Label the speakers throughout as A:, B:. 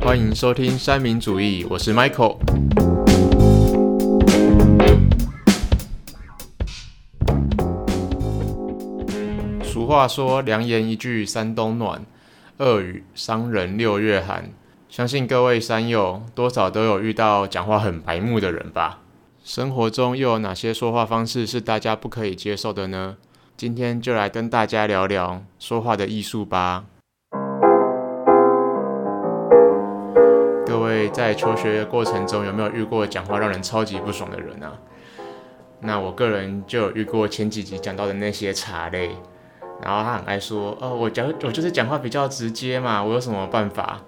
A: 欢迎收听三民主义，我是 Michael。俗话说，良言一句三冬暖，恶语伤人六月寒。相信各位山友多少都有遇到讲话很白目的人吧？生活中又有哪些说话方式是大家不可以接受的呢？今天就来跟大家聊聊说话的艺术吧。各位在求学过程中有没有遇过讲话让人超级不爽的人啊？那我个人就有遇过前几集讲到的那些茶类，然后他很爱说，哦，我讲我就是讲话比较直接嘛，我有什么办法？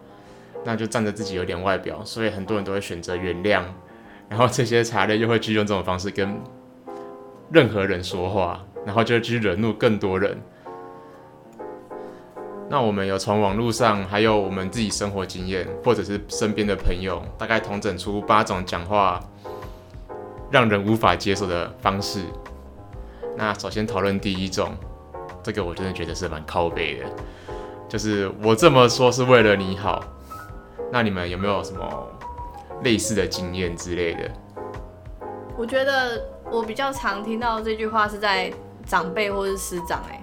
A: 那就仗着自己有点外表，所以很多人都会选择原谅，然后这些茶类就会去用这种方式跟任何人说话，然后就会去惹怒更多人。那我们有从网络上，还有我们自己生活经验，或者是身边的朋友，大概统整出八种讲话让人无法接受的方式。那首先讨论第一种，这个我真的觉得是蛮靠背的，就是我这么说是为了你好。那你们有没有什么类似的经验之类的？
B: 我觉得我比较常听到这句话是在长辈或是师长、欸，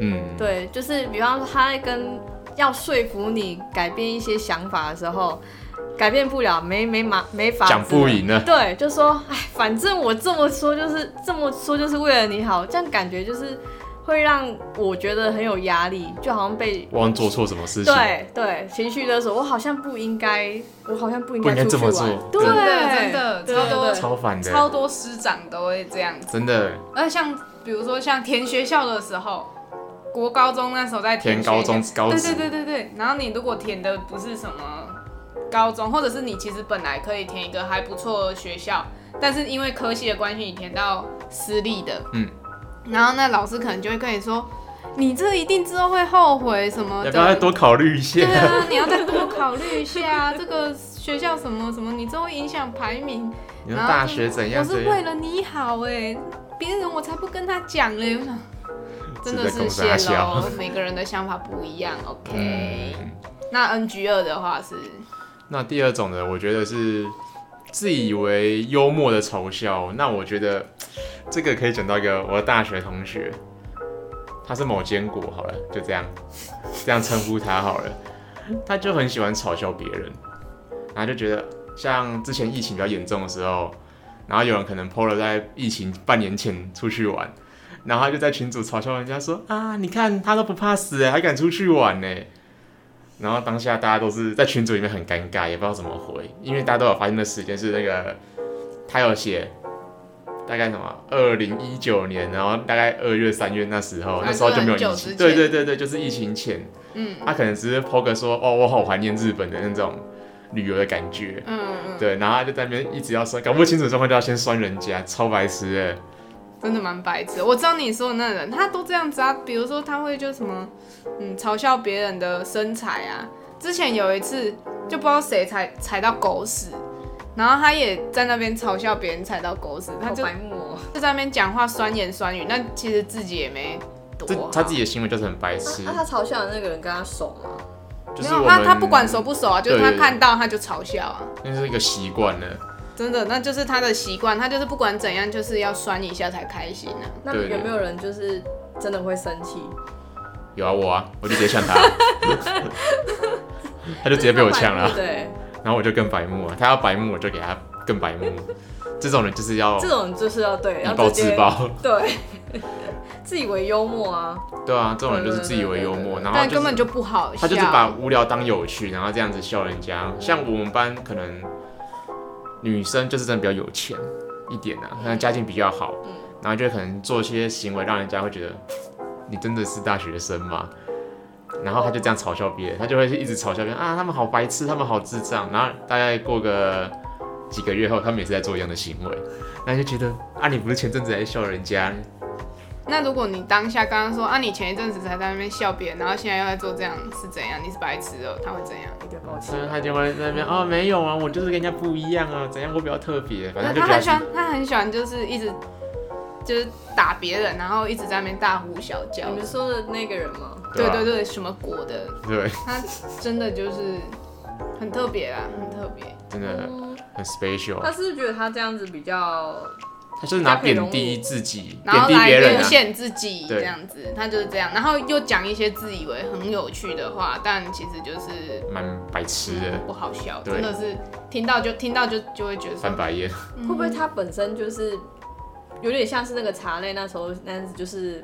A: 嗯，
B: 对，就是比方说他在跟要说服你改变一些想法的时候，改变不了，没没法没法子
A: 讲不赢了。
B: 对，就说哎，反正我这么说就是这么说就是为了你好，这样感觉就是会让我觉得很有压力，就好像被。
A: 我好像做错什么事情？
B: 对对，情绪勒索，我好像不应该，我好像不应
A: 不应该
B: 该出
A: 这
B: 去
A: 么
B: 玩，
A: 做
B: 对，
A: 真
C: 真的
B: 对
C: 超多
B: 对对
A: 超烦的，
C: 超多师长都会这样子。
A: 真的。
C: 而像比如说像填学校的时候，国高中那时候在
A: 填
C: 学校
A: 高中高
C: 对
A: 职
C: 对对对对。然后你如果填的不是什么高中，或者是你其实本来可以填一个还不错的学校，但是因为科系的关系，你填到私立的，
A: 嗯，
C: 然后那老师可能就会跟你说，你这一定之后会后悔什么
A: 要
C: 的，
A: 不要再多考虑一
C: 哦对
A: 下？
C: 啊，你要再多考虑一下这个学校什么什么，你这会影响排名。
A: 你们大学怎样
C: 我是
A: 怎
C: 为
A: 样？
C: 了你好哎、别人我才不跟他讲嘞。我想真的
A: 是
C: 是
A: 在
C: 谢
A: 跟我傻
C: 喽，每个人的想法不一 样。OK，、
A: 嗯，
C: 那 NG 二的话是，
A: 那第二种呢，我觉得是自以为幽默的嘲笑。那我觉得这个可以讲到一个我的大学同学，他是某坚果，好了，就这样， 这样称呼他好了。他就很喜欢嘲笑别人，然后就觉得像之前疫情比较严重的时候，然后有人可能 PO 了在疫情半年前出去玩，然后他就在群组嘲笑人家说啊，你看他都不怕死欸还敢出去玩呢。然后当下大家都是在群组里面很尴尬，也不知道怎么回，因为大家都有发现的时间是那个他有写大概什么二零一九年，然后大概二月三月那时候，
C: 啊
A: 那时候就没有
C: 就
A: 疫
C: 很久
A: 情，
C: 之前
A: 对对对对，就是疫情前，
C: 嗯
A: 他可能只是 PO 个说哦，我好怀念日本的那种旅游的感觉，
C: 嗯嗯，
A: 对，然后他就在那边一直要酸，搞不清楚状况就要先酸人家，超白痴欸的。
C: 真的蛮白痴。我知道你说的那人，他都这样子啊。比如说他会就什么，嗯，嘲笑别人的身材啊。之前有一次就不知道谁踩踩到狗屎，然后他也在那边嘲笑别人踩到狗屎，他
B: 好
C: 就
B: 白目哦。
C: 就在那边讲话酸言酸语，但其实自己也没多
A: 这
C: 好啊
A: 他自己的行为就是很白痴
B: 啊那、，他嘲笑的那个人跟他熟吗？
A: 就是
C: 没
A: 我
C: 有
A: 们
C: 他他不管熟不熟啊，就是
A: 对
C: 他
A: 对
C: 看到他就嘲笑啊，
A: 那是一个习惯了。
C: 真的，那就是他的习惯，他就是不管怎样就是要酸一下才开心啊。
B: 那
A: 对对
B: 有没有人就是真的会生气？
A: 有啊，我啊，我就直接呛他， 他就直接被我呛了，哦
B: 对，
A: 然后我就更白目啊，他要白目我就给他更白目，这种人就是要
B: 这种就是要对，要
A: 以暴
B: 直接
A: 制暴，
B: 对， 自以为幽默啊，
A: 对啊，这种人就是自以为幽默，然后
C: 但
A: 就是
C: 根本就不好笑，啊
A: 他就是把无聊当有趣，然后这样子笑人家。像我们班可能女生就是真的比较有钱一点啊，
C: 嗯
A: 可能家境比较好，然后就可能做一些行为让人家会觉得你真的是大学生吗？然后他就这样嘲笑别人，他就会一直嘲笑别人啊，他们好白痴，他们好智障。然后大概过个几个月后，他们也是在做一样的行为，那就觉得啊，你不是前阵子还笑人家，
C: 那如果你当下刚刚说啊，你前一阵子才在那边笑别人，然后现在又在做这样是怎样？你是白痴哦，他会怎样？
B: 一个抱
A: 所
B: 歉
A: 以。他就会在那边哦，没有啊，我就是跟人家不一样啊，怎样我比较特别，反
C: 那
A: 正就
C: 他
A: 觉得自
C: 很喜
A: 己
C: 欢，他很喜欢就是一直就是打别人，然后一直在那边大呼小叫
B: 你。们
A: 啊
B: 说的那个人吗？
C: 对
A: 吧
C: 对对，什么国的，
A: 对，
C: 他真的就是很特别啦，很特别。
A: 真
C: 哦
A: 的
B: 嗯
A: 很
B: 他
A: special。
B: 是不是觉得他这样子比较
A: 他就是拿贬低自己、
C: 然
A: 贬
C: 后
A: 低
C: 来
A: 别人
C: 凸
A: 啊，
C: 显自己
A: 对
C: 这样子，他就是这样，然后又讲一些自以为很有趣的话，但其实就是
A: 蛮白痴的，
C: 不好笑，
A: 对
C: 真的是听到就听到就就会觉得
A: 翻
C: 说，
A: 白眼。
B: 会不会他本身就是有点像是那个茶类那时候那样子，就是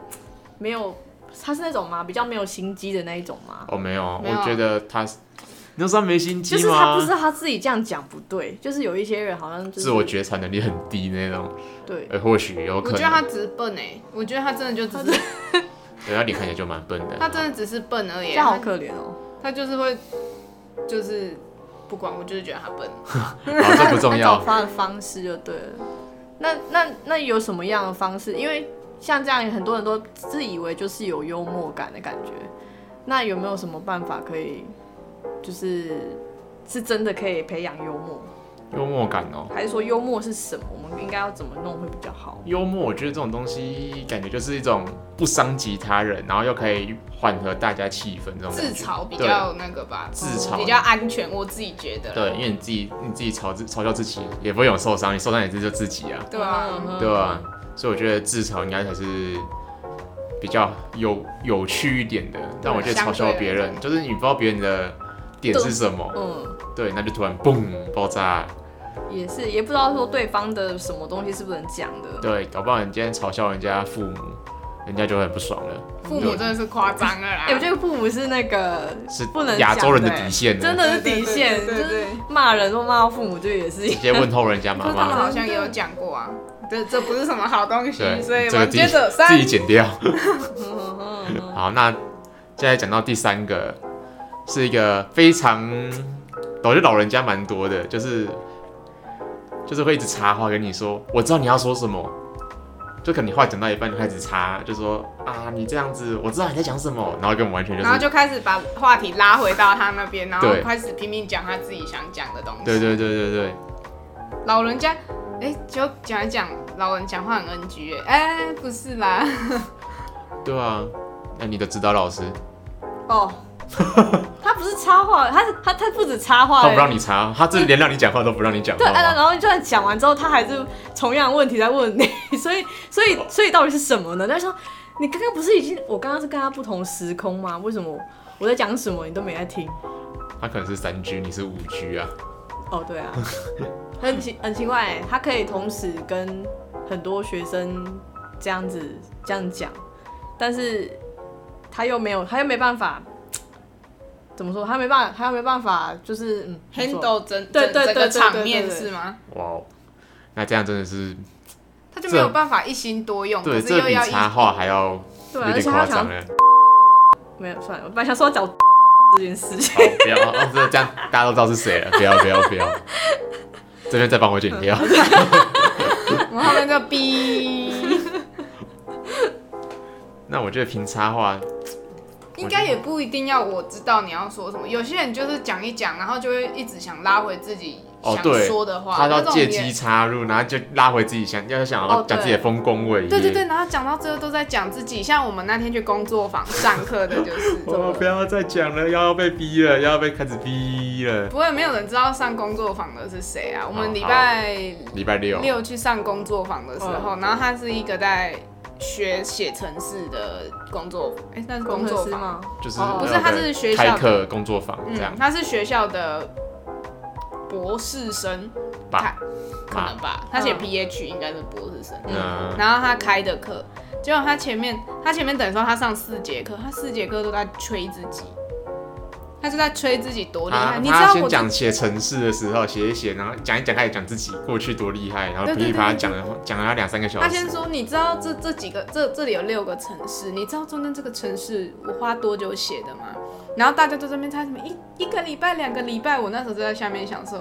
B: 没有他是那种吗？比较没有心机的那一种吗？
A: 哦，没有，
C: 没有啊
A: 我觉得他， 你要说他没心机
B: 就
A: 吗？
B: 是他不知道他自己这样讲不对，就是有一些人好像就是
A: 自我觉察能力很低那种，
B: 对，
A: 呃，或许有
C: 我
A: 可
C: 觉
A: 能，
C: 得他只是笨哎、我觉得他真的就只是
A: 对他脸看起来就蛮笨的，
C: 他真的只是笨而
B: 这
C: 已，
B: 样好
C: 他
B: 可怜哦。
C: 他就是会就是不管，我就是觉得他笨。
A: 好，这不重
B: 他找
A: 要。
B: 他的方式就对了。那那那有什么样的方式？因为像这样很多人都自以为就是有幽默感的感觉，那有没有什么办法可以，就是是真的可以培养幽默？
A: 幽默感哦，
B: 还是说幽默是什么？我们应该要怎么弄会比较好？
A: 幽默，我觉得这种东西感觉就是一种不伤及他人，然后又可以缓和大家气氛这种
C: 自
A: 感觉
C: 嘲比较那个吧，
A: 自嘲
C: 比较安全，我自己觉得啦。
A: 对，因为你自己你自己嘲自嘲笑自己，也不会有受伤，你受伤也是就自己啊，
C: 对啊，
B: 嗯
A: 对吧？所以我觉得自嘲应该才是比较有有趣一点的。但我觉得嘲笑别
C: 相对来
A: 人，
C: 讲
A: 就是你不知道别人的点是什么，
B: 嗯，
A: 对，那就突然嘣爆炸。
B: 也是，也不知道说对方的什么东西是不能讲的。
A: 对，搞不好你今天嘲笑人家父母，人家就会很不爽了。
C: 父母真的是夸张了啦。
B: 哎、我觉得父母是那个
A: 是
B: 不能
A: 亚洲人的
B: 讲
A: 底线呢，
B: 真的是底线，
C: 对对对对对
B: 就是骂人都骂到父母，这也是
A: 直接问候人家妈
C: 可是他们
A: 妈。
C: 好像也有讲过啊，这这不是什么好东西
A: 对，，
C: 所以
A: 这
C: 我
A: 个
C: 们
A: 自
C: 接
A: 己
C: 着
A: 自
C: 三
A: 己剪 掉。好，那现在讲到第三个，是一个非常，我觉得老人家蛮多的，就是就是会一直插话跟你说，我知道你要说什么，就可能你话讲到一半就开始插，就说啊你这样子，我知道你在讲什么，然后跟我完全就
C: 然后
A: 是，
C: 就开始把话题拉回到他那边，然后
A: 对
C: 开始拼命讲他自己想讲的东西。
A: 对，对对对对，
C: 老人家，哎、就讲一讲，老人讲话很 NG 哎、哎不是啦，
A: 对啊，那你的指导老师，
B: 哦。他不是插话，他是他他不止插话、
A: 他不
B: 欸，
A: 让你插，他这连让你讲话都不让你讲话
B: 对，
C: 哎
B: 啊
A: 吗，
B: 然后你就算讲完之后，他还是同样的问题在问你， 所以所以所以到底是什么呢？他说你刚刚不是已经，我刚刚是跟他不同时空吗？为什么我在讲什么你都没在听？
A: 他可能是三 G，你是五 G 啊，
B: 哦，对 啊，很奇很奇怪欸，他可以同时跟很多学生这样子这样讲，但是他又没有，他又没办法，怎么说？他没办法，他又没办法，就是嗯怎么说
C: handle 整
B: 对对对
C: 整整
B: 对
C: 个
B: 对
C: 场
B: 对
C: 面
B: 对
C: 是吗？
A: 哇哦，那这样真的是
C: 他就没有办法一心多用，可
A: 对，
C: 是
A: 这
C: 又
A: 比
C: 要一
A: 插话还要有
B: 对啊，而
A: 点
B: 且他
A: 夸
B: 又想
A: 张欸
B: 要
A: 了。
B: 没有算了，我本来想说要找这件事 情。
A: 好，不要，哦，这这样大家都知道是谁了，不要不要不要，这边再帮我剪 掉。
C: 我后面就 哔，
A: 那我觉得平插话，
C: 应该也不一定要我知道你要说什么。有些人就是讲一讲，然后就会一直想拉回自己
A: 哦
C: 想
A: 对
C: 说的话，
A: 他
C: 那
A: 要
C: 种
A: 借
C: 也
A: 机插入，然后就拉回自己想要想要
B: 哦
A: 讲自己的丰功伟业。
C: 对对对，然后讲到最后都在讲自己，像我们那天去工作坊上课的，就是
A: 哦，不要再讲了，要被逼了，要被开始逼了。
C: 不会没有人知道上工作坊的是谁啊。我
A: 哦
C: 们礼拜
A: 礼拜六，
C: 六去上工作坊的时候，然后他是一个在学写程式的工作，哎，那是工作
B: 师
C: 坊，
B: 吗？
A: 就是
B: 哦
C: 不是
A: 那个
C: 他是学校
A: 开
C: 的
A: 课工作坊这样
C: 嗯，，他是学校的博士生，
A: 吧，
C: 可能吧，他写 PH 应该是博士生。
A: 嗯，
C: 然后他开的课，结果他前面他前面等于说他上四节课，他四节课都在吹自己，他就在吹自己多厉害。
A: 他
C: 你知
A: 啊他
C: 道
A: 先
C: 我
A: 讲写程式的时候写一写，然后讲一讲，开始讲自己过去多厉害，然后
C: 对
A: 噼
C: 对
A: 里啪啦
C: 对对
A: 讲了讲了他两三个小时。
C: 他先说，你知道这这几个这这里有六个城市，你知道中间这个城市我花多久写的吗？然后大家都在那边猜什么一一个礼拜两个礼拜，我那时候就在下面想说，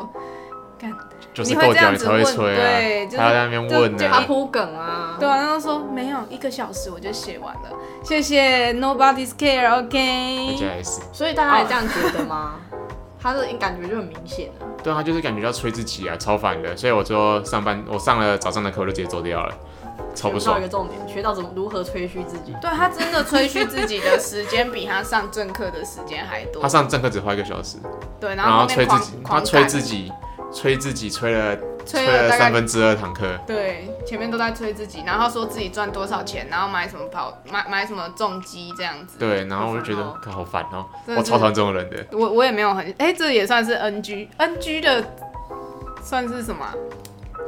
A: 就是跺脚你才会吹啊，
C: 你会这样子问对就是
A: 还要在那边问
C: 就
A: 呢、
C: 就
B: 他
A: 啊，
B: 铺梗啊，
C: 对啊，然后说没有一个小时我就写完了，谢谢 nobody's care，OK、
A: 而且还是，
B: 所以大家也这样觉得吗？啊 他的感觉就很明显了。
A: 对啊，他就是感觉到吹自己啊，超烦的，所以我最后上班，我上了早上的课我就直接走掉了，超不
B: 学到
A: 爽
B: 一个。重点，学到怎么如何吹嘘自己。
C: 对他真的吹嘘自己的时间比他上正课的时间还多
A: 他。上正课只花一个小时，
C: 对，然
A: 然
C: 后
A: 后
C: 后
A: 吹
C: 面
A: 自
C: 狂
A: 己，他
C: 狂
A: 吹
C: 干
A: 自己，吹自己，吹了
C: 吹
A: 了
C: 了大
A: 三
C: 概
A: 分之二堂课，
C: 对，前面都在吹自己，然后说自己赚多少钱，然后买什么跑买买什么重机这样子。
A: 对，然后我就觉得
B: 好烦哦
A: 干好烦哦，
C: 真
A: 我
C: 的
A: 超
C: 是
A: 讨厌这种人的。
C: 我我也没有很哎、这也算是 NG NG 的，算是什么啊、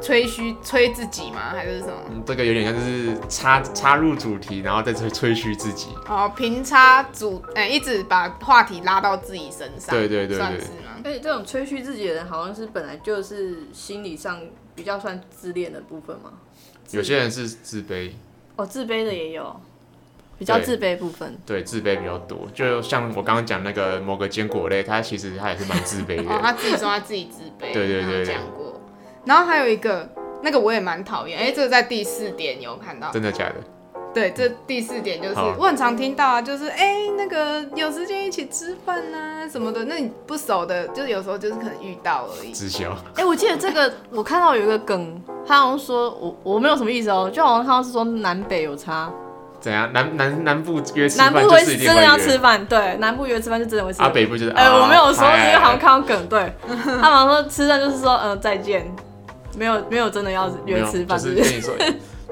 C: 吹嘘吹自己吗？还是什么？
A: 嗯，这个有点像就是插插入主题，然后再吹吹嘘自己。
C: 哦，平差主哎、一直把话题拉到自己身上，
A: 对对对
C: 算
A: 对
C: 是吗？
B: 而且这种吹嘘自己的人，好像是本来就是心理上比较算自恋的部分嘛。
A: 有些人是自卑，
B: 哦，自卑的也有，比较
A: 对
B: 自卑部分。
A: 对，自卑比较多。就像我刚刚讲那个某个坚果类，他其实他也是蛮自卑
C: 哦，
A: 的。
C: 他自己说他自己自卑，
A: 对对对对
C: 他讲过。然后还有一个，那个我也蛮讨厌，哎、这个在第四点有看到，
A: 真的假的？
C: 对，这第四点就是
A: 好
C: 我很常听到啊，就是哎、那个有时间一起吃饭呐、什么的，那你不熟的，就是有时候就是可能遇到而已。
A: 直销
B: 哎、我记得这个， 我看到有一个梗，他好像说我我没有什么意思哦，就好像看到是说南北有差，
A: 怎样？南南南部约吃
B: 南
A: 饭
B: 部
A: 就是一定
B: 真的要
A: 会
B: 吃
A: 约，
B: 饭，对，南部约吃饭就真的会吃。
A: 啊，北部就是。
B: 哎、
A: 啊
B: 我没有说，
A: 嗨
B: 因为好像看到梗，对，他好像说吃饭就是说，嗯、再见，没有没有真的要
A: 没
B: 约
A: 有
B: 吃饭，
A: 就是
B: 不
A: 跟你说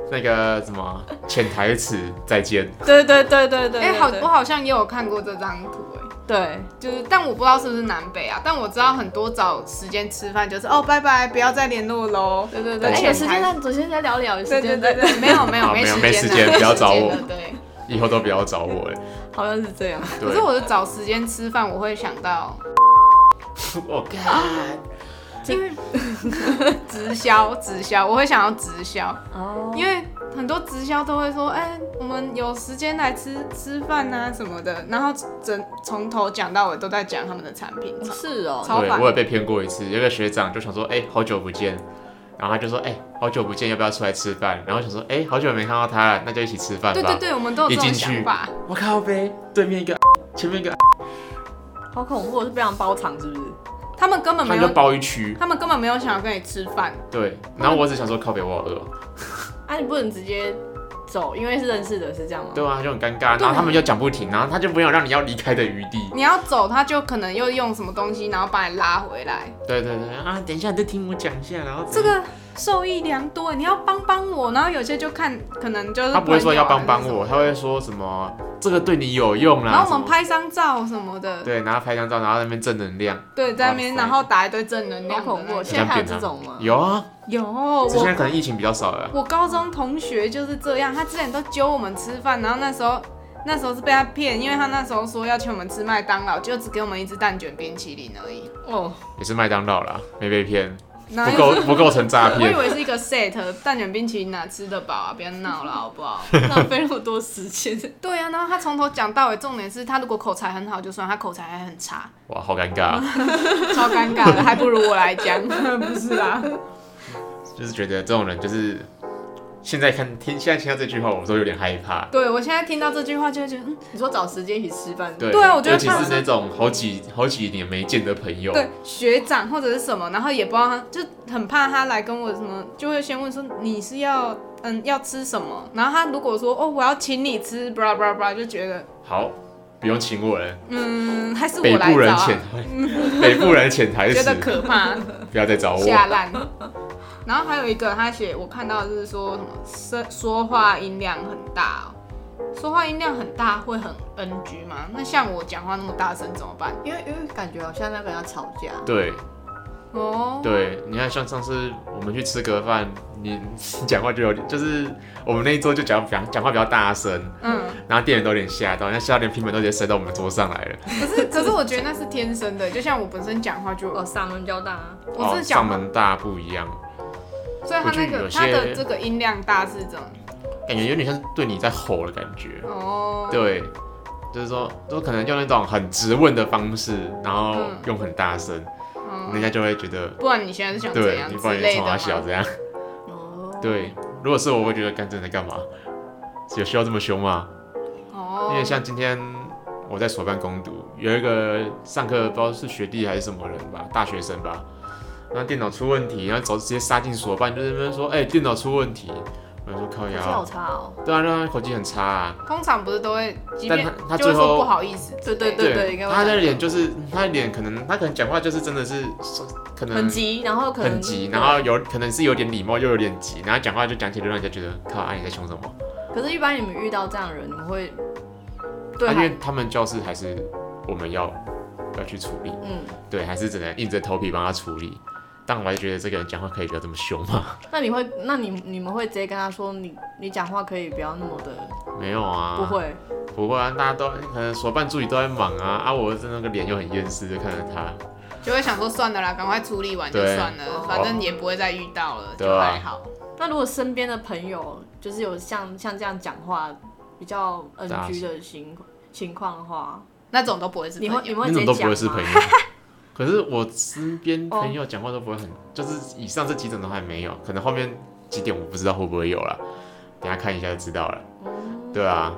A: 那个什么潜台词再见，
B: 对对对对对，
C: 哎、好，
B: 对
C: 我好像也有看过这张图、哎，
B: 对，
C: 就是，但我不知道是不是南北啊，但我知道很多找时间吃饭就是哦，拜拜，不要再联络喽。
B: 对对
A: 对
B: 对，
A: 哎
B: 哎，
A: 有
B: 有
C: 时
B: 时
C: 间
B: 间
C: 再
B: 再有时间再聊聊，有
C: 对
B: 时
C: 对
B: 间
C: 对
B: 对，
C: 对，没有没有
A: 好没有
C: 时
A: 没
C: 间
A: 时
C: 了
A: 间
C: 没
A: 不要找
C: 时间
A: 我
C: 了对，
A: 以后都不要找我了。
B: 好像是这样。
A: 对
C: 可是，我的找时间吃饭，我会想到
A: 我靠，
C: 因为直销直销，我会想要直销。
B: 哦
C: 因为很多直销都会说，哎、我们有时间来吃吃饭啊什么的，然后整从头讲到尾都在讲他们的产品，
B: 是哦，
C: 超
A: 对
C: 烦
A: 我也被骗过一次，有个学长就想说，哎、好久不见，然后他就说，哎、好久不见，要不要出来吃饭？然后想说，哎、好久没看到他了，那就一起吃饭吧。
C: 对对对，我们都有这
A: 一进
C: 种
A: 去
C: 想法。
A: 我靠呗，对面一个， 前面一个，
B: 好恐怖，是被人包场是不是？
C: 他们根本
A: 他们
C: 没
A: 就
C: 有，
A: 包一区，
C: 他们根本没有想要跟你吃饭。
A: 对。然后我只想说，靠北，我好饿哦。
B: 啊，你不能直接走，因为是认识的，是这样吗？
A: 对啊，就很尴尬。然
C: 对
A: 后他们就讲不停，然后他就没有让你要离开的余地。
C: 你要走，他就可能又用什么东西，然后把你拉回来。
A: 对对对啊，等一下你就听我讲一下，然后怎
C: 这
A: 样
C: 个受益良多，你要帮帮我。然后有些就看，可能就是
A: 他不会说
C: 朋友
A: 要
C: 啊
A: 帮帮
C: 还是什
A: 我，
C: 么
A: 他会说什么这个对你有用啦。
C: 然后我们
A: 什么
C: 拍张照什么的，
A: 对，然后拍张照，然后在那边正能量。
C: 对，在那边
A: 哇塞
C: 然后打一堆正能
B: 好
C: 量的
B: 恐
C: 那
B: 怖！
C: 种，
B: 现在还有嗯这种吗？
A: 有啊，
C: 有
A: 只是现
C: 我
A: 在可能疫情比较少了。
C: 我高中同学就是这样，他之前都揪我们吃饭，然后那时候那时候是被他骗，因为他那时候说要请我们吃麦当劳，就只给我们一只蛋卷冰淇淋而已。
B: 哦，
A: 也是麦当劳啦，没被骗，
C: 然
A: 不
C: 后
A: 构不构成诈
C: 我以
A: 骗。
C: 为是一个 set 蛋卷冰淇淋哪吃得饱啊？不要闹了好 不好？
B: 浪费那么多时间，
C: 对啊，然后他从头讲到尾，重点是他如果口才很好就算，他口才还很差，
A: 哇，好尴尬啊，
C: 超尴尬的，还不如我来讲。 不是啊，
A: 就是觉得这种人就是现在看听现在听到这句话，我都有点害怕。
C: 对我现在听到这句话就会觉得，嗯，
B: 你说找时间一起吃饭，
A: 对
C: 对啊我觉得
A: 尤其
C: 怕
A: 是那种好几好几年没见的朋友，
C: 对学长或者是什么，然后也不知道他，就很怕他来跟我什么，就会先问说你是要嗯要吃什么，然后他如果说哦我要请你吃，blah blah blah，就觉得
A: 好，不用请我了，
C: 嗯还是
A: 北
C: 我来
A: 部
C: 找、
A: 人
C: 啊
A: 潜，台， 北部人潜台
C: 觉
A: 词
C: 得，可怕，
A: 不要再找我。
C: 吓烂。然后还有一个他写我看到的是说什么说说话音量很大、哦，说话音量很大会很 NG 吗？那像我讲话那么大声怎么办？
B: 因为因为感觉好像在跟人家吵架，
A: 对
C: 哦，
A: 对，你看像上次我们去吃个饭，你 你讲话就有点，就是我们那一桌就讲讲讲话比较大声，
C: 嗯，
A: 然后店员都有点吓到，那吓到连平板都直接塞到我们桌上来了。
C: 可是可是我觉得那是天生的，就像我本身讲话就
B: 哦，嗓门较大啊，
C: 我
A: 哦
C: 是
A: 上
C: 讲话
A: 门大不一样，
C: 所以他那
A: 我
C: 个
A: 觉
C: 他
A: 得有些
C: 的这个音量大是怎么？
A: 感觉有点像是对你在吼的感觉。
C: 哦，
A: 对，就是说，就可能用那种很直问的方式，然后
C: 嗯
A: 用很大声，人
C: 嗯，
A: 家就会觉得，
C: 不然你现在是想怎
A: 对
C: 样
A: 你
C: 之
A: 不然你
C: 类
A: 冲
C: 的
A: 他小
C: 吗？
A: 这样。
B: 哦，
A: 对，如果是我，我会觉得干这在干嘛？有需要这么凶吗？
C: 哦，
A: 因为像今天我在所办攻读，有一个上课不知道是学弟还是什么人吧，大学生吧，那电脑出问题，然后走直接杀进所办，就在那边说，哎、电脑出问题，我就说靠
B: 口气好
A: 腰，
B: 差哦。
A: 对啊，对啊，口气很差啊。
C: 通常不是都会，即
A: 但
C: 便
A: 他他
C: 就会
A: 最
C: 说
A: 后
C: 不好意思之
B: 对
C: 类的，
B: 对对应该会
A: 他
B: 这
A: 的
B: 样
A: 脸就是他的脸，可能他可能讲话就是真的是可能
B: 很急，然后可
A: 嗯
B: 能
A: 很急，然后有可能是有点礼貌又有点急，然后讲话就讲起来就让人家觉得靠，啊你在凶什么？
B: 可是，一般你们遇到这样的人，你们会对
A: 啊因
B: 还
A: 为他们教室还是我们要要去处理，
B: 嗯，
A: 对，还是只能硬着头皮帮他处理。但我还是觉得这个人讲话可以不要这么凶啊嘛。
B: 那你会，那你你们会直接跟他说，你你讲话可以不要那么的，
A: 没有啊，
B: 不，会，
A: 不会啊，大家都可能所办助理都在忙啊，啊，我是那个脸又很厌世，就看着他，
C: 就会想说算了啦，赶快处理完就
A: 对
C: 算了，反正也不会再遇到了，
A: 对
C: 就
A: 啊
C: 还好。
B: 那如果身边的朋友就是有像像这样讲话比较
A: 大
B: NG 的情情况的话，
C: 那种都不会是
B: 你
C: 朋
B: 会你
C: 友
A: 那
B: 们会
A: 种
B: 直接
A: 都不
B: 讲
A: 会是朋
B: 吗？
A: 友。 可是我身边朋友讲话都不会很，就是以上这几种都还没有，可能后面几点我不知道会不会有了，等一下看一下就知道了。
C: 哦
A: 对啊，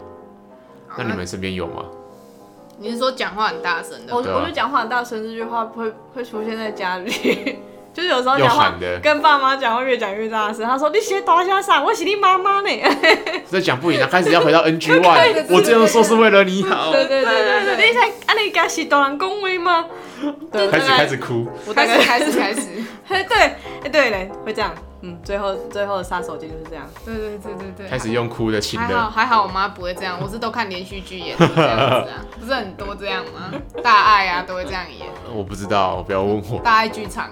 C: 好
A: 那你们身边有吗？
C: 你是说讲话很大声的
B: 我
C: 吗？
A: 对啊
B: 我就讲话很大声这句话会会出现在家里， 就是有时
C: 啊
B: 候
A: 又
B: 讲话
A: 喊
C: 哦
A: 的，
B: 跟爸妈讲话越讲越大声，他说你写大下啥，我写你妈妈 呢，
A: 这讲不赢啊，开始要 回到 NG
C: 对对
A: One，
C: 对
A: 我这样说是为了你好，
B: 对对对对对，你才啊你家是大人恭维吗？对，
A: 开始
B: 大概
A: 开始哭，
B: 我大
C: 开
B: 概
C: 始开 始开始，
B: 嘿，对，哎对嘞，会这样，嗯，最后最后的杀手锏就是这样，
C: 对对对对对，
A: 开始用哭的亲
C: 还好
A: 的，
C: 还好，我妈不会这样，我是都看连续剧演的这样子啊，不是很多这样吗？大爱啊都会这样演，
A: 我不知道，不要问我。
C: 大爱剧场，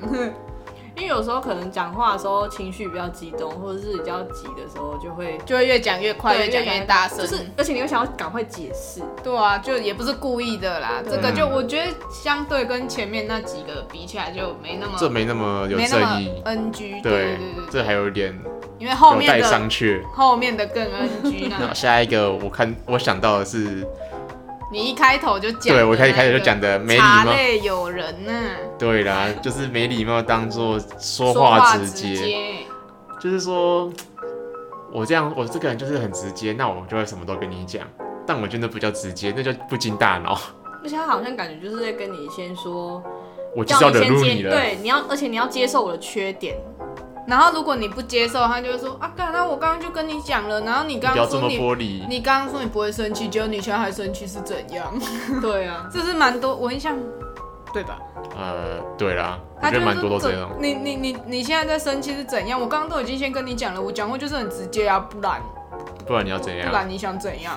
B: 因为有时候可能讲话的时候情绪比较激动，或者是比较急的时候，就会
C: 就会越讲越快，
B: 对
C: 越讲越大声，
B: 就是而且你会想要赶快解释，
C: 对啊，就也不是故意的啦。
B: 对
C: 这个就我觉得相对跟前面那几个比起来，就没那么
A: 这没那么有
C: 没那
A: 正
C: 么
A: 义，
C: NG，
A: 对
C: 对对对，对，
A: 这还有点
C: 因为后
A: 有
C: 面
A: 待
C: 的
A: 商榷。
C: 后面的更 NG
A: 那
C: 呢。
A: 下一个，我看我想到的是，
C: 你一开头就讲的那个，
A: 对我开始开始就讲的没礼
C: 茶
A: 貌，
C: 类有人呢、
A: 对啦，就是没礼貌当做说
C: 说
A: 话直
C: 直
A: 接，
C: 接，
A: 就是说我这样，我这个人就是很直接，那我就会什么都跟你讲，但我真的不叫直接，那叫不经大脑，
B: 而且他好像感觉就是在跟你先说，
A: 我就是
B: 叫
A: 要惹
B: 你先
A: 怒
B: 接，
A: 你了。
B: 对，你要而且你要接受我的缺 点，
C: 然后如果你不接受，他就会说啊，干，那我刚刚就跟你讲了，然后你
A: 你
C: 刚
A: 不要
C: 刚
A: 这么
C: 说你，
A: 玻璃，
C: 你刚刚说你不会生气，结果你现在还生气是怎样？
B: 对啊，
C: 这是蛮多，我印象对吧？
A: 呃，对啦，我
C: 他
A: 觉
C: 就
A: 得
C: 是
A: 蛮多都
C: 说
A: 这样。
C: 你你你你现在在生气是怎样？我刚刚都已经先跟你讲了，我讲话就是很直接啊，不然
A: 不然你要怎
C: 不
A: 样？
C: 然你想怎 样？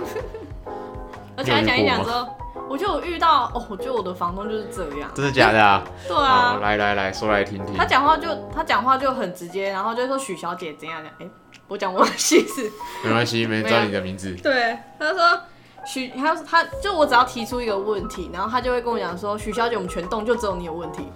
B: 而且他讲一讲
A: 你有遇过吗
B: 之后，我就有遇到哦，我觉得我的房东就是这样，
A: 真的假的啊？
B: 对
A: 好，
B: 啊，
A: 来来来，说来听听
B: 他。讲话就他讲话就很直接，然后就说许小姐怎样怎样，哎、我讲我的心事，
A: 没关系，没人知道你的名字。
B: 对，他说许，他他就我只要提出一个问题，然后他就会跟我讲说，许小姐，我们全栋就只有你有问题。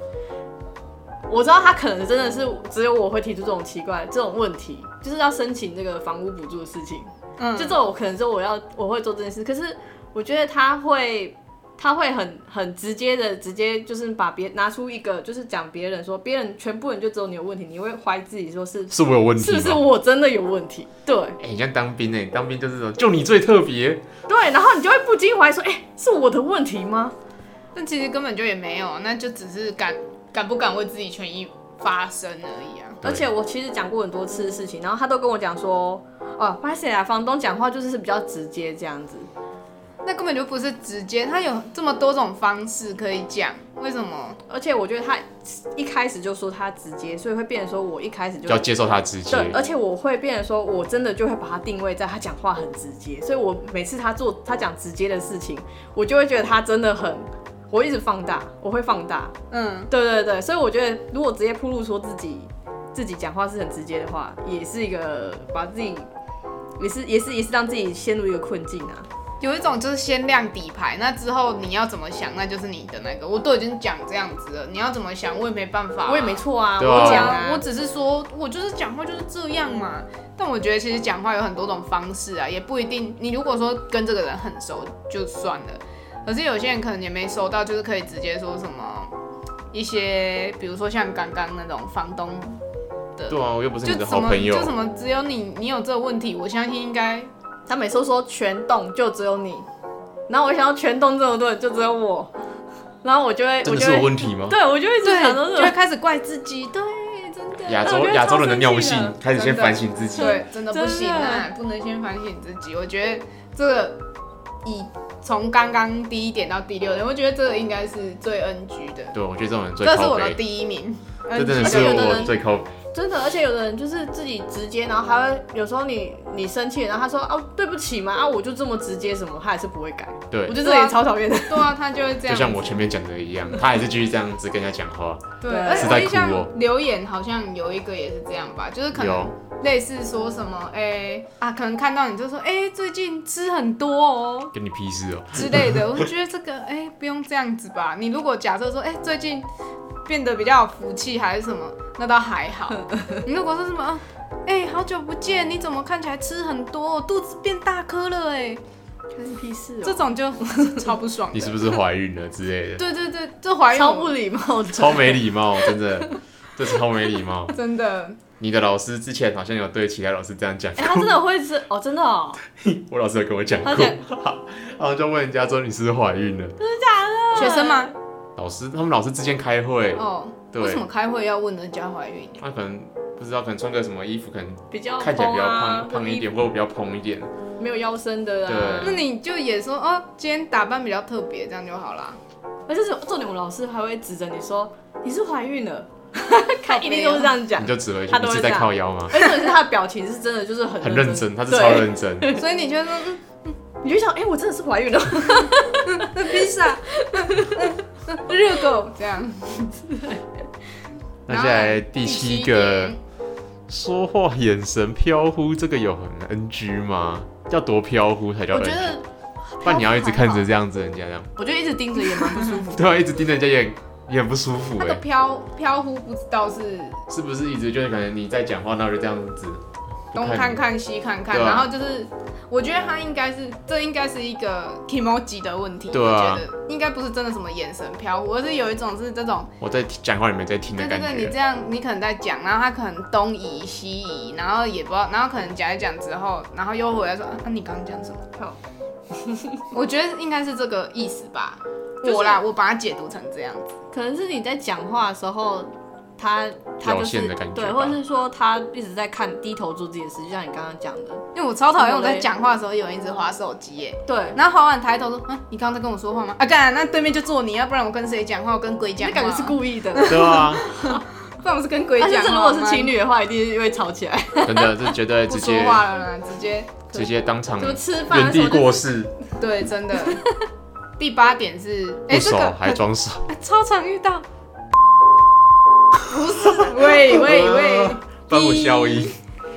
B: 我知道他可能真的是只有我会提出这种奇怪这种问题，就是要申请这个房屋补助的事情。
C: 嗯，
B: 就这种可能是我要我会做这件事，可是我觉得他会他会很很直接的直接就是把别拿出一个就是讲别人说别人全部人就只有你有问题，你会怀疑自己说是
A: 是我有问题
B: 是
A: 吗？
B: 不是我真的有问题？对
A: 哎、你像当兵呢、你当兵就是这种，就你最特别。
B: 对，然后你就会不禁怀疑说，哎、是我的问题吗？
C: 但其实根本就也没有，那就只是敢敢不敢为自己权益发声而已啊。
A: 对
B: 而且我其实讲过很多次的事情，然后他都跟我讲说，哦，不好意思啊，房东讲话就是比较直接这样子。
C: 那根本就不是直接，他有这么多种方式可以讲，为什么？
B: 而且我觉得他一开始就说他直接，所以会变成说我一开始就
A: 要接受他直接。
B: 对，而且我会变得说，我真的就会把他定位在他讲话很直接，所以我每次他做他讲直接的事情，我就会觉得他真的很，我一直放大，我会放大，
C: 嗯，
B: 对对对，所以我觉得如果直接铺路说自己自己讲话是很直接的话，也是一个把自己也是也是也是让自己陷入一个困境啊，
C: 有一种就是先亮底牌，那之后你要怎么想，那就是你的那个。我都已经讲这样子了，你要怎么想，我也没办法啊、
B: 我也没错啊，
A: 对啊
B: 我
C: 我
B: 讲
C: 讲
B: 啊
C: 啊，，
B: 我
C: 我
B: 只
C: 只是说，我就是讲话就是这样嘛。但我觉得其实讲话有很多种方式啊，也不一定。你如果说跟这个人很熟就算了，可是有些人可能也没熟到，就是可以直接说什么一些，比如说像刚刚那种房东的，
A: 对啊，我又不是
C: 就
A: 你的
C: 什
A: 好
C: 么
A: 朋友
C: 就。什么只有你你有这个问题，我相信应该
B: 他每次都说全栋就只有你，然后我想要全栋这么多人就只有我，然后我就会
A: 真
B: 我
A: 的
B: 就是会
A: 我问题吗？
B: 对我就一直想说这
C: 对，就
B: 种
C: 会开始怪自己，对，真的
A: 亚
B: 我觉
A: 洲
B: 得
A: 亚洲人的
B: 超生气
A: 尿性
B: 的，
A: 开始先
C: 真的
A: 反省自己。
C: 对，真的
B: 真
C: 不
B: 的
C: 行啊，不能先反省自己。我觉得这个以从刚刚第一点到第六点，我觉得这个应该是最 NG 的，
A: 对，我觉得这种人最
C: 这是
A: 靠
C: 我的
A: 背，
C: 第一嗯名。
A: 这
C: NG
A: 真的
C: 的
A: 是
B: 有的
A: 我
B: 人
A: 最靠
B: 真的，而且有的人就是自己直接，然后还会有时候你你生气，然后他说哦对不起嘛，啊我就这么直接什么，他也是不会改，
A: 对
B: 我，觉得这也超讨厌的。
C: 对啊，他就会这
A: 就
C: 样子。
A: 像我前面讲的一样，他还是继续这样子跟人家讲话。
C: 对，
B: 对
C: 而且
A: 是在
C: 我
A: 哭
C: 印象
A: 哦
C: 留言好像有一个也是这样吧，就是可能
A: 有，
C: 类似说什么，哎、啊，可能看到你就说，哎、最近吃很多哦
A: 跟你屁事哦。
C: 之类的，我就觉得这个，哎、不用这样子吧。你如果假设说，哎、最近变得比较有福气还是什么，那倒还 好。你如果说什么，啊哎、好久不见，你怎么看起来吃很多、肚子变大颗了、哎，
B: 干屁事哦
C: 这种就 超不爽
A: 你是
C: 的。
A: 不是怀孕了之类的？
C: 对对对，这怀孕
B: 超
C: 我
B: 不礼貌的，
A: 超没礼貌，真的，这超没礼貌。
C: 真的，
A: 你的老师之前好像有对其他老师这样讲，
B: 哎、他真的会是哦，真的哦，
A: 我老师有跟我讲过
B: 他讲，
A: 然后就问人家说你是不是怀孕了？
C: 学生吗？
A: 老师他们老师之间开会，
C: 哦，
A: 对
C: 为什么开会要问人家怀孕？
A: 他可能不知道，可能穿个什么衣服，可能
B: 比较
A: 看起来比较
B: 啊
A: 胖胖一，点，或者比较蓬一点。
B: 没有腰身的啊。
A: 对
C: 那你就也说哦，今天打扮比较特别，这样就好啦。
B: 而且重点，我老师还会指着你说你是怀孕 了，看一定都是这样讲
A: 你。就指挥一下
B: 他都
A: 你
B: 会
A: 是在
B: 这样
A: 靠腰吗？
B: 而且是他的表情是真的就是很
A: 很认真，他是
B: 对
A: 超认真。
C: 所以你就说嗯
B: 你就想，哎、我真的是怀孕了，
C: 那披萨、热狗这样。
A: 那接下来第七个，说话眼神飘忽，这个有很 NG 吗？要多飘忽才叫
B: 我
A: NG？
B: 觉得
A: 不然你要一直看着
B: 样，
A: 这样子人家这样，
B: 我觉得一直盯着也蛮不舒服的。
A: 对啊，一直盯着人家也很也很不舒服
C: 那
A: 哎、
C: 个飘飘忽不知道是
A: 是不是一直就是可能你在讲话，那我就这样子，不
C: 东看看西看看，
A: 对啊
C: 然后就是我觉得他应该是这应该是一个 emoji 的问题，
A: 对啊
C: 我觉得应该不是真的什么眼神飘忽，而是有一种是这种
A: 我在讲话，你们在听的
C: 对
A: 感
C: 对
A: 觉。
C: 对，你这样你可能在讲，然后他可能东移西移，然后也不知道，然后可能讲一讲之后，然后又回来说啊，你刚刚讲什么？
B: 好
C: 我觉得应该是这个意思吧。
B: 就是
C: 我啦，我把它解读成这样子。
B: 可能是你在讲话的时候，他他就
A: 表现
B: 是
A: 的感觉
B: 对，
A: 吧
B: 或者是说他一直在看低头做自己的事，就像你刚刚讲的，
C: 因为我超讨厌我
B: 好
C: 在
B: 嘞
C: 讲话的时候有人一直划手机耶，
B: 对，
C: 然后划完抬头说，啊，你刚刚在跟我说话吗？啊，干，那对面就坐你，要不然我跟谁讲话？我跟鬼讲
B: 那
C: 话。
B: 感觉是，故意的。
A: 对啊，
C: 不然我是跟鬼
B: 而
C: 讲话
B: 且这
C: 吗。
B: 如果是情侣的话，一定会吵起来。
A: 真的这绝对
C: 不
A: 直
C: 说
A: 接
C: 话了啦，直接
A: 直接当场
B: 怎么吃
A: 嗯
B: 饭
A: 原
B: 的时
A: 地
B: 候就
A: 过
B: 是
A: 世，
C: 对，真 的。第八点是，哎、
A: 不
C: 这
A: 熟
C: 个
A: 还装熟。
C: 哎超常遇到。不是， 喂喂喂，
A: 端午宵衣，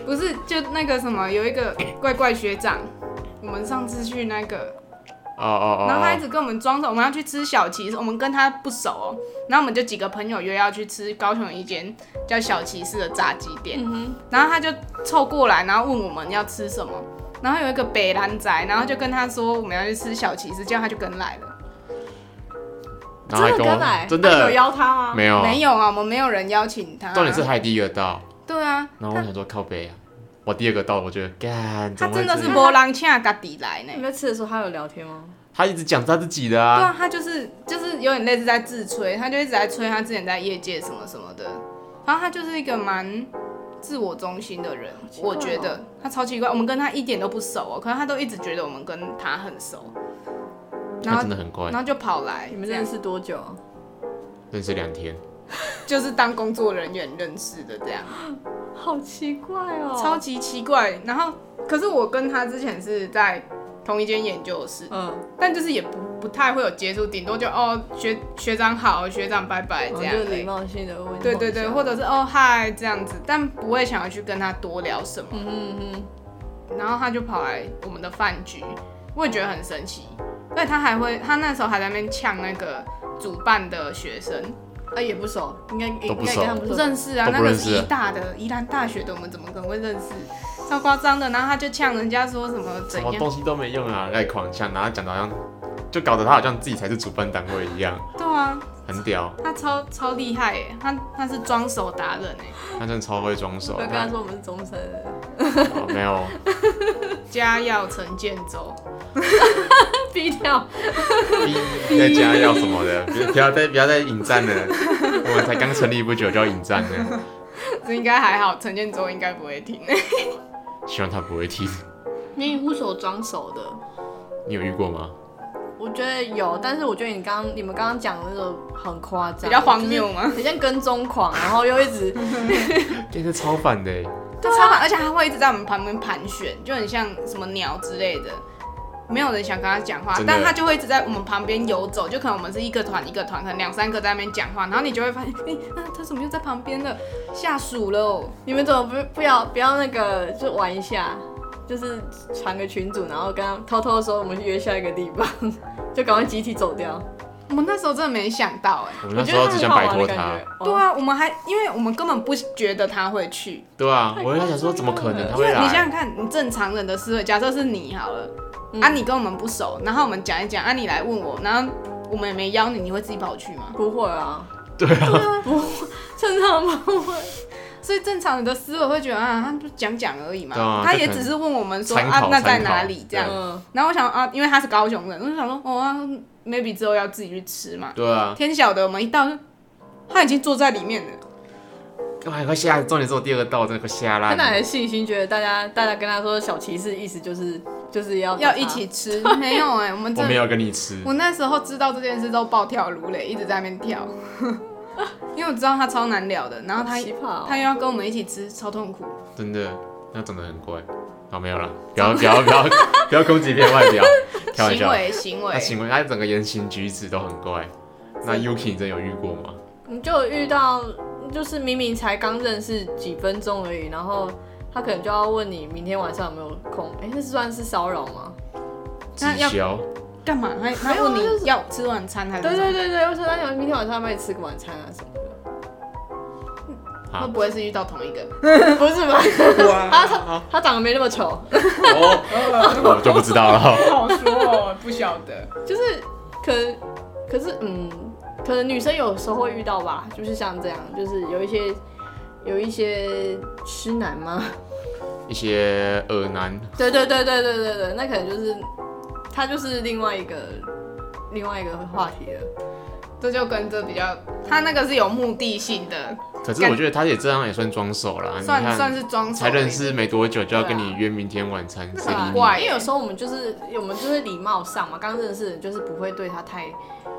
C: 不是，就那个什么，有一个怪怪学长，我们上次去那个，
A: 哦哦
C: 然后他一
A: 哦
C: 直跟我们装熟，我们要去吃小骑士，我们跟他不熟哦，然后我们就几个朋友约要去吃高雄一间叫小骑士的炸鸡店，
B: 嗯
C: 然后他就凑过来，然后问我们要吃什么，然后有一个北兰仔，然后就跟他说我们要去吃小骑士，这样他就跟来了。
A: 哦，然后还
B: 哼，真的
A: 跟
B: 跟来
A: 我，真
B: 那你有
A: 的
B: 邀他吗？
A: 没有，
C: 没有啊啊，我们没有人邀请他。
A: 哦重点是他还第一个到，
C: 对啊，
A: 然后我想说靠背啊，我第二个到，我觉得干，
C: 他
A: 怎么会
C: 真的是
A: 这样
C: 波浪恰嘎底来呢
B: 你。们在吃的时候，他有聊天吗？
A: 他一直讲他自己的
C: 对
A: 啊，
C: 啊，他就是就是有点类似在自吹，他就一直在吹他之前在业界什么什么的，然后他就是一个蛮自我中心的人，
B: 奇怪哦
C: 我觉得他超奇怪，我们跟他一点都不熟哦，可是他都一直觉得我们跟他很熟，啊然
A: 他
C: 后
A: 真的很乖
C: 然，后就跑来，
B: 你们
C: 这样
B: 认识多久啊？
A: 认识两天，
C: 就是当工作人员认识的这样，
B: 好奇怪哦，
C: 超级奇怪。然后可是我跟他之前是在同一间研究室，
B: 嗯，
C: 但就是也不不太会有接触，顶多就哦学学长好，学长拜拜
B: 我
C: 这
B: 们
C: 样
B: 哦就
C: 而
B: 礼
C: 已。
B: 貌性的问，
C: 对对对，或者是哦嗨这样子，但不会想要去跟他多聊什么。
B: 嗯哼嗯
C: 然后他就跑来我们的饭局，我也觉得很神奇。对他还会，他那时候还在那边呛那个主办的学生，
B: 哼，啊也不熟，应该
A: 都
B: 应
A: 不
B: 该
A: 熟
B: 跟他们
C: 不
B: 不
C: 认识啊，
A: 都
C: 那
A: 不
C: 个
A: 认识
C: 是宜大的宜兰大学的，我们怎么可能会认识？超夸张的。然后他就呛人家说什么怎
A: 什么
C: 样？
A: 东西都没用啊，在狂呛，然后讲的好像就搞得他好像自己才是主办单位一样，
C: 对啊，
A: 很屌，
C: 他超超厉害耶，他他是装手达人哎，
A: 他真的超会装熟
B: 不要跟
A: 他
B: 他说我们是中山 人，
A: 哦没有，
C: 家耀陈建州。
B: 低调。
A: 逼在家要什么的，不要再不要再引战了，我们才刚成立不久就要引战了，
C: 这应该还好，陈建州应该不会听。
A: 希望他不会听。
B: 你护手装熟的，
A: 你有遇过吗？
B: 我觉得有，但是我觉得你刚你们刚刚讲的那个很夸张，
C: 比较荒谬吗
B: 就是很像跟踪狂，然后又一 直
A: 真的超反的欸，
C: 对超烦，而且他会一直在我们旁边盘旋，就很像什么鸟之类的，没有人想跟他讲话
A: 真，的
C: 但他就会一直在我们旁边游走，就可能我们是一个团一个团，可能两三个在那边讲话，然后你就会发现，哎、那他怎么又在旁边了？下属了哦，
B: 你们怎么不不要不要那个就玩一下，就是传个群主，然后跟他偷偷说我们去约下一个地方， 就赶快集体走掉。
C: 我们那时候真的没想到哎、
A: 我们那时候只想摆脱他。
B: 对
C: 对
B: 啊，
C: 啊，我们还因为我们根本不觉得他会去，
A: 对啊，
B: 太
A: 我就在想说，
B: 夸张
A: 怎么可能
B: 了
A: 他
C: 因
A: 会
C: 为你想
A: 来
C: 想？看，你正常人的思维，假设是你好了，
B: 嗯
C: 啊，你跟我们不熟，然后我们讲一讲，啊，你来问我，然后我们也没邀你，你会自己跑去吗？
B: 不会啊，
A: 对啊，
B: 正常不会。
C: 所以正常人的思维会觉得啊，他就讲讲而已嘛，
A: 对啊
C: 他
A: 就
C: 也
A: 可能
C: 只是问我们说
A: 参考
C: 啊，那在
A: 参考
C: 哪里这样。
B: 嗯，
C: 然后我想啊，因为他是高雄人，我就想说，哦、啊、，maybe 之后要自己去吃嘛。
A: 对啊。
C: 天晓得，我们一到就他已经坐在里面了，
A: 哦干哎嘛？快下！重点是我第二个道，真的快下
B: 他
A: 烂
B: 哪来
A: 了。
B: 的信心？觉得大家大家跟他说小骑士，意思就是就是要
C: 要一起吃。没有哎、我们
A: 我
C: 真
A: 没
C: 的，
A: 有跟你吃
C: 我，那时候知道这件事之后暴跳如雷，一直在那边跳， 因为我知道他超难聊的，然后
B: 打
C: 他
B: 奇葩哦。
C: 他又要跟我们一起吃，超痛苦。
A: 真的，那长得很怪。好，没有 了，不要不要不要不要攻击别人外表，开玩
C: 行
A: 笑。
C: 为行
A: 他
C: 为，
A: 行为，他整个言行举止都很怪。那 Yuki 你真有遇过吗？
B: 你就有遇到，就是明明才刚认识几分钟而已，然后他可能就要问你明天晚上有没有空。哎、那算是骚扰吗？
A: 直
C: 那要
A: 销，
C: 干嘛？他他
B: 没有
C: 问
B: 啊就
C: 你
B: 是
C: 要吃晚餐还是
B: 对
C: 什么
B: 对对对，我说那你们明天晚上要不要一起吃个晚餐啊什么的？
A: 啊
C: 会不会是遇到同一个？
B: 不是吧？
C: 哇，
B: 他他他长得没那么丑，
A: 哦，我就不知道了。
C: 好说哦，不晓得。
B: 就是可能可是嗯，可能女生有时候会遇到吧，就是像这样，就是有一些有一些痴男吗？
A: 一些耳男，
B: 对对对对对对对，那可能就是他就是另外一个另外一个话题了。
C: 这就跟这比较，他那个是有目的性的，
A: 可是我觉得他也这样也算装熟啦。啊你
C: 算
A: 看，
C: 算是装熟啊
A: 才
C: 而已
A: 认，识没多久就要跟
B: 对
A: 你约明天晚餐，
C: 那
A: 谁
C: 很
A: 理
C: 怪
B: 因为有时候我们就是我们就是礼貌上嘛，刚认识的人就是不会对他太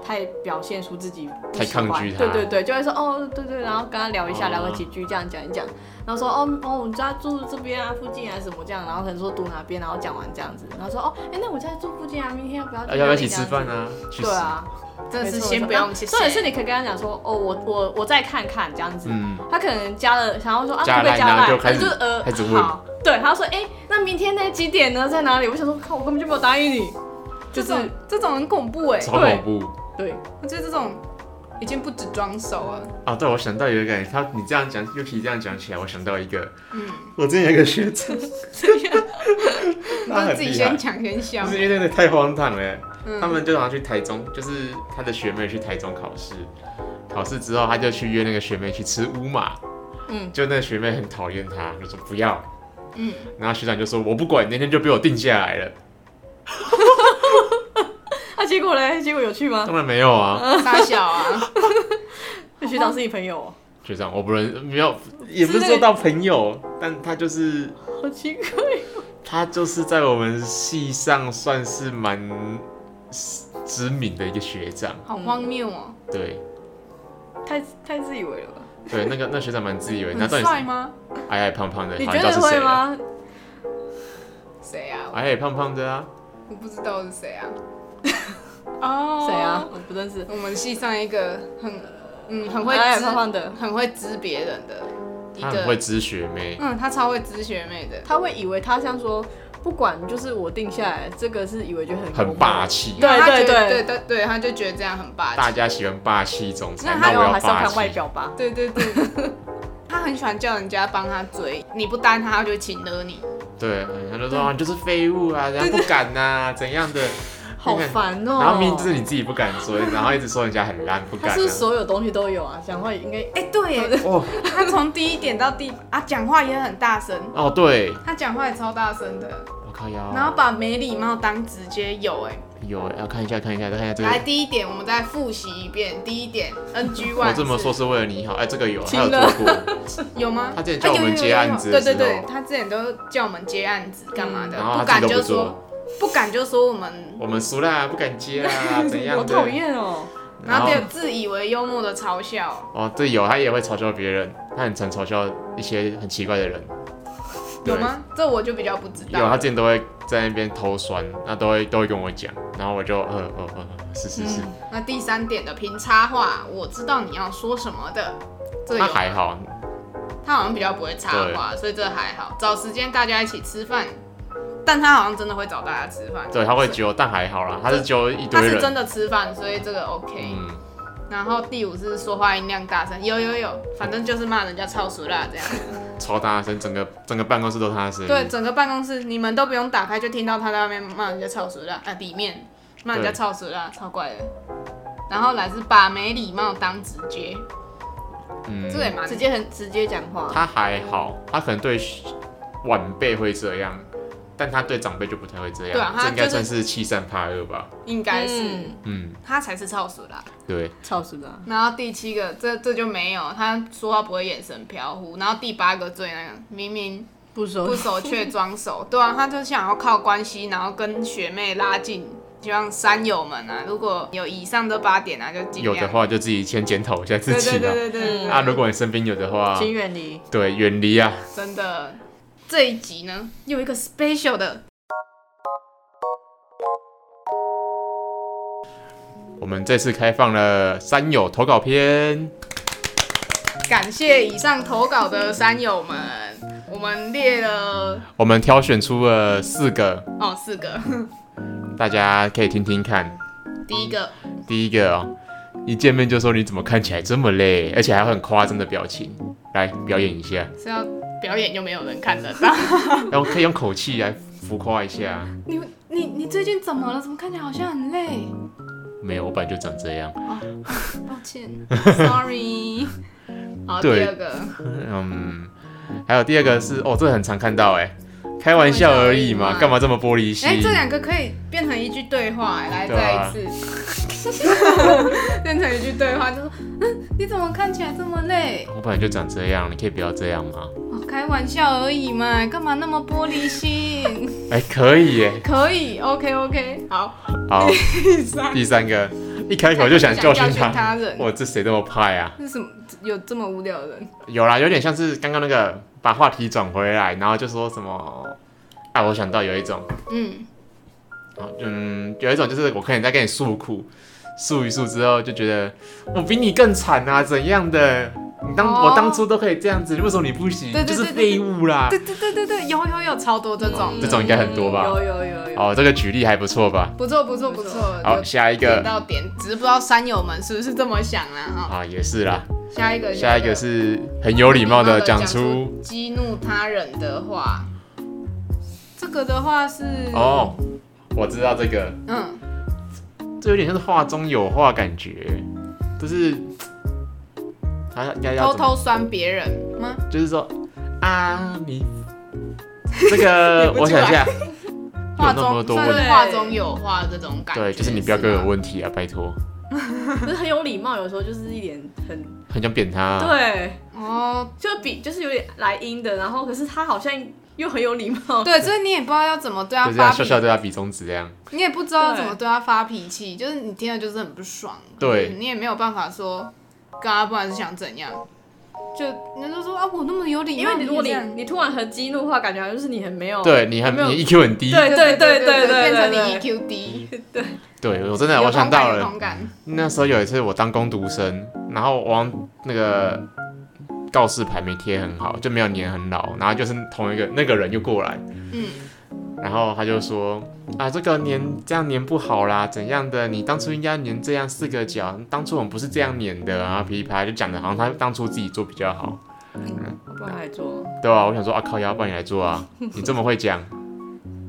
B: 太表现出自己不
A: 太
B: 喜欢
A: 抗拒他
B: 对对对，就会说哦对对，然后跟他聊一
A: 哦
B: 下，聊个几句这样讲一讲，然后说哦哦我家住这边啊附近啊什么这样，然后可能说读哪边，然后讲完这样子，然后说哦哎那我家住附近啊，明天要不要去
A: 你？要不要
B: 哪
A: 一
B: 里
A: 起吃饭？啊？
B: 这
A: 去
B: 样子对啊，
C: 真的是
B: 没错
C: 先不用
B: 没
C: 谢
B: 错重
C: 谢。
B: 点是你可以跟他讲说哦我我我再看看这样子
A: 吃，，嗯，
B: 他可能加了，想要说啊，
A: 加
B: 会不
A: 了
B: 会加
A: 然后
B: 赖？
A: 就开始
B: 就是呃，
A: 开始问
B: 好，对，他说哎、那明天那几点呢？在哪里？我想说，靠，我根本就没有答应你，
C: 这
B: 就是
C: 种这种很恐怖哎，
A: 超恐怖
B: 对，
C: 我觉得这种已经不止装熟了，
A: 啊！对，我想到有一个，他你这样讲，Yuki 这样讲起来，我想到一个，
C: 嗯，
A: 我之前有一个学长， 他
C: 都是
A: 很
C: 自己
A: 厉害
C: 先，抢先笑
A: 就。是因为那个太荒唐了。
C: 嗯
A: 他们就让他去台中，就是他的学妹去台中考试，考试之后他就去约那个学妹去吃乌马，
B: 嗯，
A: 就那个学妹很讨厌他，就说不要，
C: 嗯，
A: 然后学长就说我不管，那天就被我定下来了，
B: 啊，结果嘞，结果有去吗？
A: 当然没有啊，
C: 傻小 啊，
B: 那学长是你朋友、哦
A: 学长我不认，没有，也不是说到朋友，但他就是
B: 哦，好奇怪，
A: 他就是在我们系上算是蛮知名的一个学长，
C: 好荒谬哦，
A: 对
B: 太太自以为了吧？
A: 对，那个那学长蛮自以为，那
C: 很
A: 到底
C: 帅
A: 是
C: 吗？
A: 矮矮胖胖的，
B: 你
A: 好
B: 觉
A: 像知道是
B: 得会
A: 谁啊了？
B: 吗？
C: 谁啊？
A: 矮矮胖胖的啊。
C: 我不知道是谁 啊。哦，
B: 谁啊？？我不认识，
C: 我们系上一个很嗯很会
B: 矮矮
C: 知
B: 胖胖的
C: 很会知别人的一
A: 他很会
C: 个，
A: 知学妹，
C: 嗯，他超会知学妹的。
B: 他会以为他像说，不管就是我定下来，这个是以为就很幽
A: 很
B: 默
A: 霸，气，
B: 对
C: 他觉得
B: 对
C: 对对对，他就觉得这样很霸
A: 大
C: 气。
A: 家喜欢霸气总裁，那
C: 那
B: 还
A: 我
B: 有
A: 要
B: 还是要
A: 霸
B: 看外
A: 气。
B: 表 吧？
C: 对对对， 他很喜欢叫人家帮他追，你不搭他，他就会请了你。
A: 对，他就说啊，你就是废物啊，人家不敢呐，怎样的。
B: 好烦哦、
A: 然后明明就是你自己不敢追，然后一直说人家很烂，不
B: 他
A: 敢
B: 是不是
A: 啊。
B: 所有东西都有啊，讲话也应该
C: 哎、对耶，
A: 哦
C: 他从第一点到第啊，讲话也很大声，
A: 哦，对，
C: 他讲话也超大声的。
A: 我靠腰，
C: 然后把没礼貌当直接有哎、
A: 有哎、要看一下看一下再看一下这个
C: 来，第一点，我们再复习一遍。第一点，NG
A: 我
C: 万
A: 这么说是为了你好，哎、这个有，
B: 亲
A: 他有做
B: 了
A: 过，
C: 有吗？
A: 他之前
C: 啊
A: 叫我们
C: 有有
A: 接
C: 有有
A: 案子的
C: 对对
A: 时候嗯
C: 对，他之前都叫我们接案子干嘛的，
A: 然后
C: 不
A: 他
C: 敢
A: 自己都
C: 就
A: 不
C: 说
A: 做，
C: 不敢就说我们，
A: 我们熟啦，不敢接啦，啊怎样
B: 我
A: 的？
B: 讨厌哦。
C: 然后就自以为幽默的嘲笑，
A: 哦，对，有，他也会嘲笑别人，他很常嘲笑一些很奇怪的人。对
C: 有？吗？这我就比较不知
A: 有，他啊
C: 道。
A: 之前都会在那边偷酸，那都会都会跟我讲，然后我就呃呃呃，是是是，
C: 那第三点的平插话，我知道你要说什么的，这有
A: 他还好，
C: 他好像比较不会插
A: 对
C: 话，所以这还好。找时间大家一起吃饭，但他好像真的会找大家吃饭。
A: 对，他会
C: 所以
A: 揪，但还好啦，他是揪一堆
C: 他是真
A: 人，
C: 的吃饭，所以这个 OK。
A: 嗯，
C: 然后第五是说话音量大声，有有有，反正就是骂人家超俗辣这样。
A: 超大声，整个整个办公室都是他的声音，
C: 对，整个办公室你们都不用打开，就听到他在外面骂人家超俗辣，呃，里面骂人家超俗辣，超怪的。然后来是把没礼貌当直接，
A: 嗯
C: 这，个也蛮
B: 直接很直接讲话，
A: 他还好，他可能对晚辈会这样，但他对长辈就不太会这样，
C: 对啊他
A: 这应该
C: 就是
A: 算是欺善怕恶吧，
C: 应该是、
B: 嗯
A: 嗯，
C: 他才是超俗辣。
A: 对，
B: 操死的啊。
C: 啊然后第七个，这这就没有，他说话不会眼神飘忽。然后第八个最那个，明明
B: 不熟
C: 不熟却装熟，对啊，他就想要靠关系，然后跟学妹拉近，就像山友们啊，如果有以上这八点啊，就尽
A: 有
C: 量
A: 的话就自己先检讨一下自
C: 对
A: 己
C: 对对
A: 吧。
C: 对对对，
B: 嗯
A: 啊，如果你身边有的话，
B: 请远离。
A: 对，远离啊，
C: 真的这一集呢，有一个 special 的，
A: 我们这次开放了三友投稿篇，
C: 感谢以上投稿的山友们，我们列了
A: 我们挑选出了四个，
C: 哦四个，
A: 大家可以听听看。
C: 第一个
A: 第一个哦，一见面就说你怎么看起来这么累，而且还有很夸张的表情，来表演一下，
C: 是要表演又没有人看得到，
A: 然后可以用口气来浮夸一下。
C: 你你你最近怎么了？怎么看起来好像很累？
A: 没有，我本来就长这样。
C: 抱歉 ，sorry。好，第
A: 对
C: 二个，
A: 嗯，还有第二个是哦，这个很常看到哎，开玩笑而已
C: 开玩笑而已
A: 嘛，
C: 嘛
A: 干嘛这么玻璃心？
C: 哎、这两个可以变成一句对话、哎来
A: 对啊
C: 再一次， 变成一句对话，就说，嗯，你怎么看起来这么累？
A: 我本来就长这样，你可以不要这样吗？
C: 哦，开玩笑而已嘛，干嘛那么玻璃心？
A: 哎，可以耶。
C: 可以，OK OK，好。
A: 好，
C: 第三
A: 第三个，一开口就想教训他。
C: 他人，
A: 哇，这谁这么派啊？
C: 是什么？有这么无聊的人？
A: 有啦，有点像是刚刚那个把话题转回来，然后就说什么啊？我想到有一种，
C: 嗯，
A: 啊嗯，有一种就是我可能在跟你诉苦，诉一诉之后就觉得我比你更惨啊，怎样的？你当、
C: 哦
A: 我当初都可以这样子，为什么你不行？
C: 对对
A: 就是
C: 对对
A: 废物啦。
C: 对对对对对，有有有，超多这种，
A: 嗯啊这种应该很多吧
B: 嗯有有有有。
A: 哦，这个举例还不错吧？
C: 不错不错不错，
A: 好，
C: 有
A: 下一
C: 点
A: 个
C: 到点，只是不知道山友们是不是这么想啊？哈，
A: 啊，也是啦。
C: 下一个
A: 下一个是很有礼貌的讲出
C: 激怒他人的话，这个的话是，
A: 哦，我知道这个，
C: 嗯，
A: 这有点像是话中有话感觉，就是他应该要
C: 偷
A: 怎么，
C: 偷酸别人吗？
A: 就是说啊，你这个
C: 演不
A: 我
C: 出
A: 想一下，有
C: 话
A: 那么多
C: 中算
A: 问
C: 是
A: 题，
C: 话中有话这种感觉，
A: 对，就是你不要给我
C: 吗
A: 有问题啊，拜托，
B: 可是很有礼貌，有时候就是一点很
A: 很想扁他啊，
B: 对，
C: 哦，
B: 就比就是有点来阴的，然后可是他好像又很有礼貌。
C: 对，所以你也不知道要怎么对他
A: 就这样
C: 发
A: 笑
C: 脾
A: 笑对他比中指这样，
C: 你也不知道怎么对他发脾气，就是你听了就是很不爽，
A: 对
C: 你也没有办法说，跟他不然是想怎样，就人家说啊，我那么有礼
B: 因
C: 貌，
B: 为你如果
C: 这
B: 你
C: 样
B: 你突然很激怒的话，感觉好像就是你很没有
A: 对你很
B: 哦没有
A: 你 EQ 很低，
B: 对对对对
C: 变
B: 对
C: 成你 EQ 低，
A: 对我真的我
C: 有同
A: 想
C: 感
A: 到
C: 有
A: 了，
C: 同感，
A: 那时候有一次我当工读生，然后我往那个告示牌没贴很好，就没有粘很牢，然后就是同一个那个人又过来，
C: 嗯，
A: 然后他就说啊这个粘这样粘不好啦，怎样的？你当初应该粘这样四个角，当初我们不是这样粘的啊，噼里啪啦就讲的好像他当初自己做比较好，
B: 我不来做。
A: 对吧、我想说啊靠腰，不然你来做啊，你这么会讲，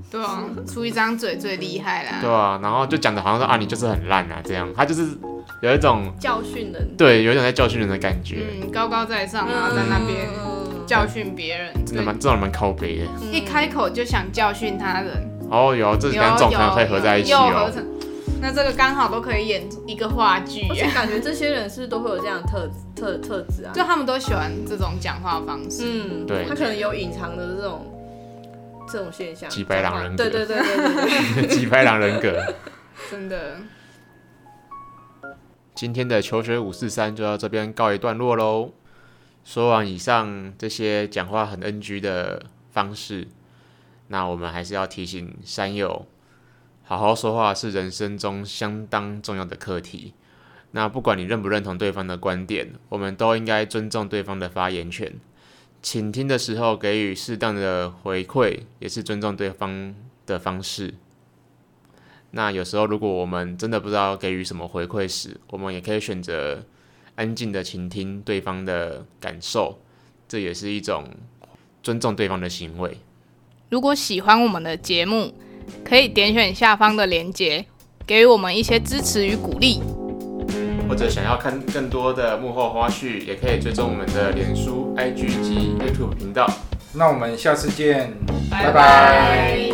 C: 对啊，出一张嘴最厉害啦，
A: 对啊吧、然后就讲的好像说啊你就是很烂啊这样，他就是有一种
B: 教训人
A: 对有一种在教训人的感觉。
C: 嗯嗯，高高在上，然后在那边，
B: 嗯
C: 教训别人，
A: 真的
C: 对，
A: 蛮这种蛮靠背的。
C: 一开口就想教训他人，
A: 哦，有这两种可能可以合在一起
C: 有有又合
A: 哦。
C: 成，那这个刚好都可以演一个话剧
B: 而
C: 耶
B: 且，感觉这些人是都会有这样的特特特质啊。
C: 就他们都喜欢这种讲话方式。
B: 嗯，
A: 对
B: 他可能有隐藏的这种这种现象。
A: 几白狼人格，
B: 对对对对对对，
A: 几白狼人格。
C: 真的，
A: 今天的求学五四三就到这边告一段落喽。说完以上这些讲话很 NG 的方式，那我们还是要提醒山友，好好说话是人生中相当重要的课题。那不管你认不认同对方的观点，我们都应该尊重对方的发言权。倾听的时候给予适当的回馈，也是尊重对方的方式。那有时候，如果我们真的不知道给予什么回馈时，我们也可以选择安静的倾听对方的感受，这也是一种尊重对方的行为。
C: 如果喜欢我们的节目，可以点选下方的链接，给予我们一些支持与鼓励。
A: 或者想要看更多的幕后花絮，也可以追踪我们的脸书、IG 及 YouTube 频道。
D: 那我们下次见，
C: 拜拜